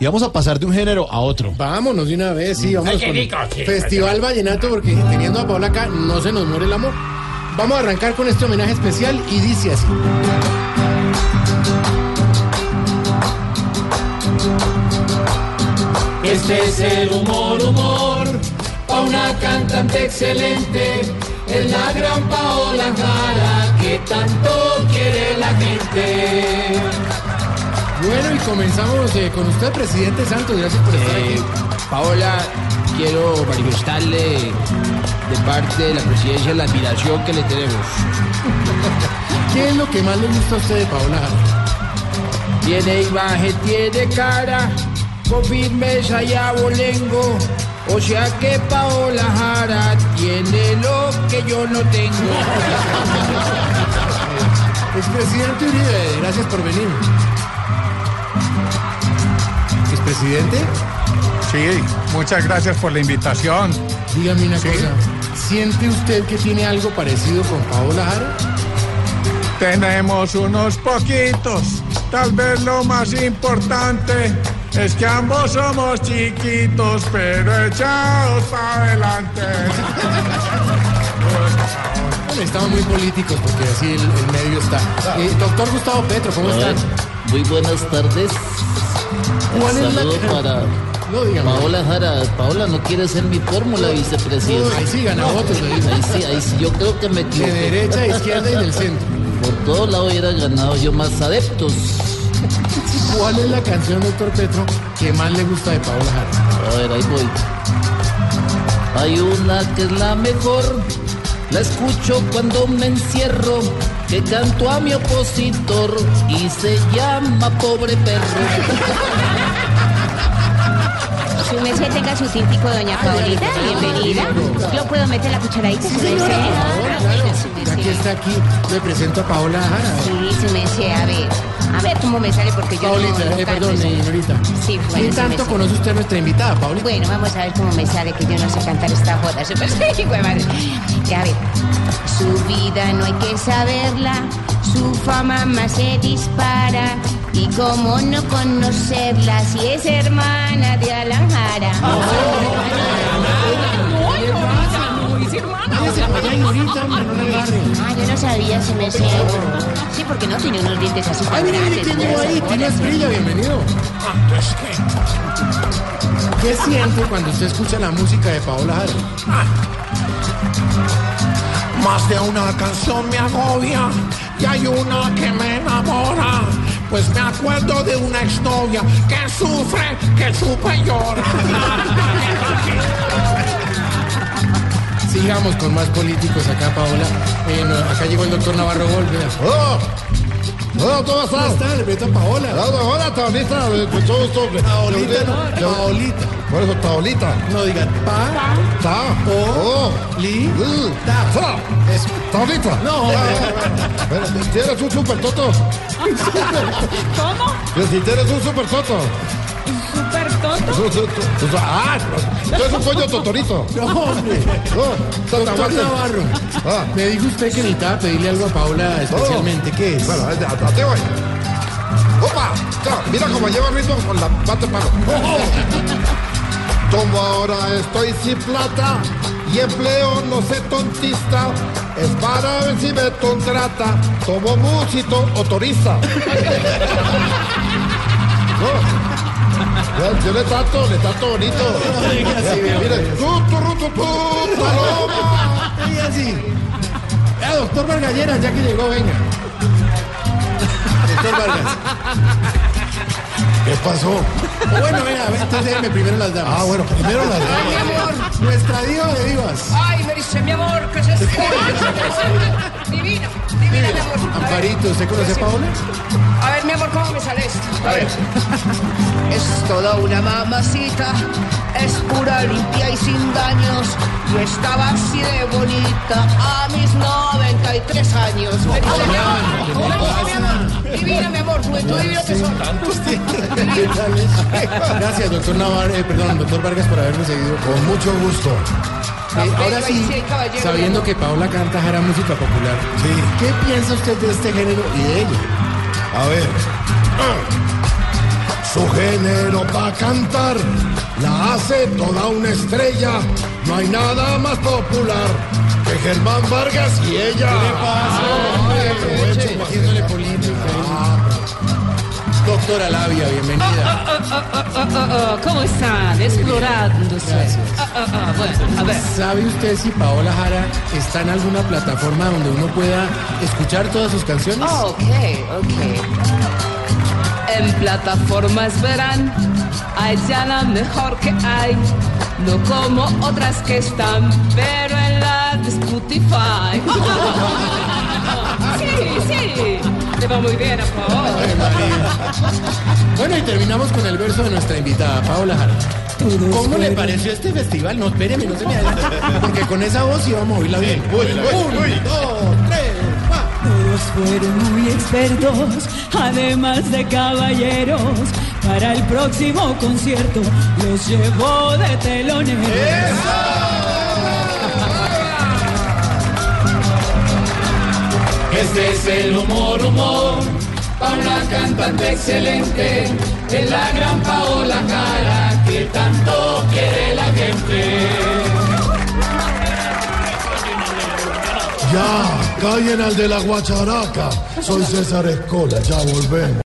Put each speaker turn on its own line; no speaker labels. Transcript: Y vamos a pasar de un género a otro.
Vámonos de una vez, sí, vamos con Festival Vallenato, porque teniendo a Paola acá no se nos muere el amor. Vamos a arrancar con este homenaje especial y dice así.
Este es el humor, humor, pa' una cantante excelente, es la gran Paola Jara que tanto quiere la gente.
Bueno, y comenzamos eh, con usted, presidente Santos, gracias por estar aquí.
Eh, Paola, quiero manifestarle de parte de la presidencia la admiración que le tenemos.
¿Qué es lo que más le gusta a usted de Paola Jara?
Tiene imagen, tiene cara, con firmeza y abolengo. O sea que Paola Jara tiene lo que yo no tengo.
Expresidente Uribe, gracias por venir. Expresidente,
Sí, muchas gracias por la invitación.
dígame una
Sí.
cosa. ¿Siente usted que tiene algo parecido con Paola Jara?
Tenemos unos poquitos. Tal vez lo más importante es que ambos somos chiquitos, pero echados para adelante.
Bueno, estamos muy políticos porque así el, el medio está. Eh, doctor Gustavo Petro, ¿cómo está?
Muy buenas tardes.
¿Cuál es la
Saludo
que-
para
No, dígame.
Paola Jara. Paola no quiere ser mi fórmula, vicepresidente.
Ahí sí, gana votos, le digo.
Ahí sí, ahí sí, yo creo que me
De
equivoqué.
derecha, izquierda y del centro.
Por todos lados hubiera ganado yo más adeptos.
¿Cuál es la canción, doctor Petro, que más le gusta de Paola Jara?
A ver, ahí voy. Hay una que es la mejor, la escucho cuando me encierro, que canto a mi opositor y se llama Pobre Perro.
Súmese, tenga su tintico, doña Paulita, bienvenida. ¿Yo puedo meter la cucharadita? Súmese. Ah, bueno,
Ya que
súmese.
está aquí, le presento a Paola Jara.
Sí, súmese, a ver. A ver cómo me sale, porque yo no- no
Paulita, eh,
canto,
perdón,
sí.
señorita.
Sí, bueno,
¿Qué
sí
tanto
me-
conoce usted a nuestra invitada, Paulita?
Bueno, vamos a ver cómo me sale, que yo no sé cantar esta joda. Súper sí, güey, madre. Ya, a ver. Su vida no hay que saberla, su fama más se dispara. Y cómo no conocerla si es hermana de Alan Jara. Ah, yo no sabía si me sé. Sí, porque no tiene unos dientes así. tan
Ay, mire, mire,
grandes, pues.
¿quién llegó
¿no?
ahí? Tino Esprilla, bienvenido. ¿Qué siente cuando usted escucha la música de Paola Jara?
Más de una canción me agobia y hay una que me enamora. Pues me acuerdo de una exnovia que sufre, que supe y llora.
Sigamos con más políticos acá, Paola. Eh, no, acá llegó el doctor Navarro Golpe.
¡Hola! ¡Hola, cómo
¿Cómo
estás!
está? Le presento a Paola.
Hola, hola, Taolita, eh, mucho gusto.
Paolita, no.
Yo-
Paolita.
Por eso, Taolita.
No diga pa,
Ta,
O-
o,
li,
l,
Oh. ta.
fra. Es- Taolita.
No.
uh,
eh.
Ah, bueno, ¿Tienes un super toto?
¿Cómo?
Que Si tienes un super toto.
¿Super tonto?
Su- su- su- su- ¡Ah! Tú eres un coño totorito.
No, hombre.
No,
Doctor
Tatahuate.
Navarro.
Ah.
Me dijo usted que necesitaba pedirle algo a Paola especialmente. ¿Qué es?
Bueno, ahí te- ahí te voy. ¡Opa! Ya, Mira cómo lleva ritmo con la pata en mano. Como ahora estoy sin plata y empleo, no sé tontista, es para ver si me contrata como músico o turista. No. Yo, yo le trato, le trato bonito. Mire, tú, tú, tú, tú, tú, paloma.
Ay, así. Ah, doctor Vargalleras, ya que llegó, venga. Doctor Vargas.
¿Qué pasó?
O Bueno, venga, a ver, entonces déjeme primero las damas.
Oh, Ah, bueno, primero la de...
Ay, mi amor, nuestra diva de divas.
Ay, me dice mi amor, que se Divino, divino, mi amor. A ver,
Amparito, ¿usted conoce a Paola?
A ver, mi amor, ¿cómo me sale esto? A ver. Es toda una mamacita, es pura, limpia y sin daños. Y estaba así de bonita a mis 93 años. Me dice, mi amor, ¿cómo es, mi amor? Divina, mi amor, juventud divina que son.
¿Qué tal es? Gracias, doctor Navarro, eh, perdón, doctor Vargas, por habernos seguido.
Con mucho gusto.
Eh, ahora sí, sabiendo que Paola canta jara música popular,
Sí.
¿qué piensa usted de este género y de ella?
A ver. Su género para cantar la hace toda una estrella. No hay nada más popular que Germán Vargas y ella.
Haciéndole política ahí. Ah, Doctora Labia, bienvenida.
¿Cómo están? Explorándose. Ah, ah, ah, bueno, a ver.
¿Sabe usted si Paola Jara está en alguna plataforma donde uno pueda escuchar todas sus canciones?
Ok, ok. En plataformas verán, allá la mejor que hay. No como otras que están, pero en la de Spotify. Sí, sí. Te va muy bien, a favor.
Bueno, y terminamos con el verso de nuestra invitada, Paola Jara. ¿Cómo le pareció este festival? No, espéreme, no se me adelante, Porque con esa voz íbamos a oírla bien. Uy, uno, dos, tres, cuatro.
Todos fueron muy expertos, además de caballeros. Para el próximo concierto los llevó de teloneros.
Este es el humor, humor, pa' una cantante excelente, es la gran Paola Cara que tanto quiere la gente.
Ya, callen al de la guacharaca. Soy César Escola, ya volvemos.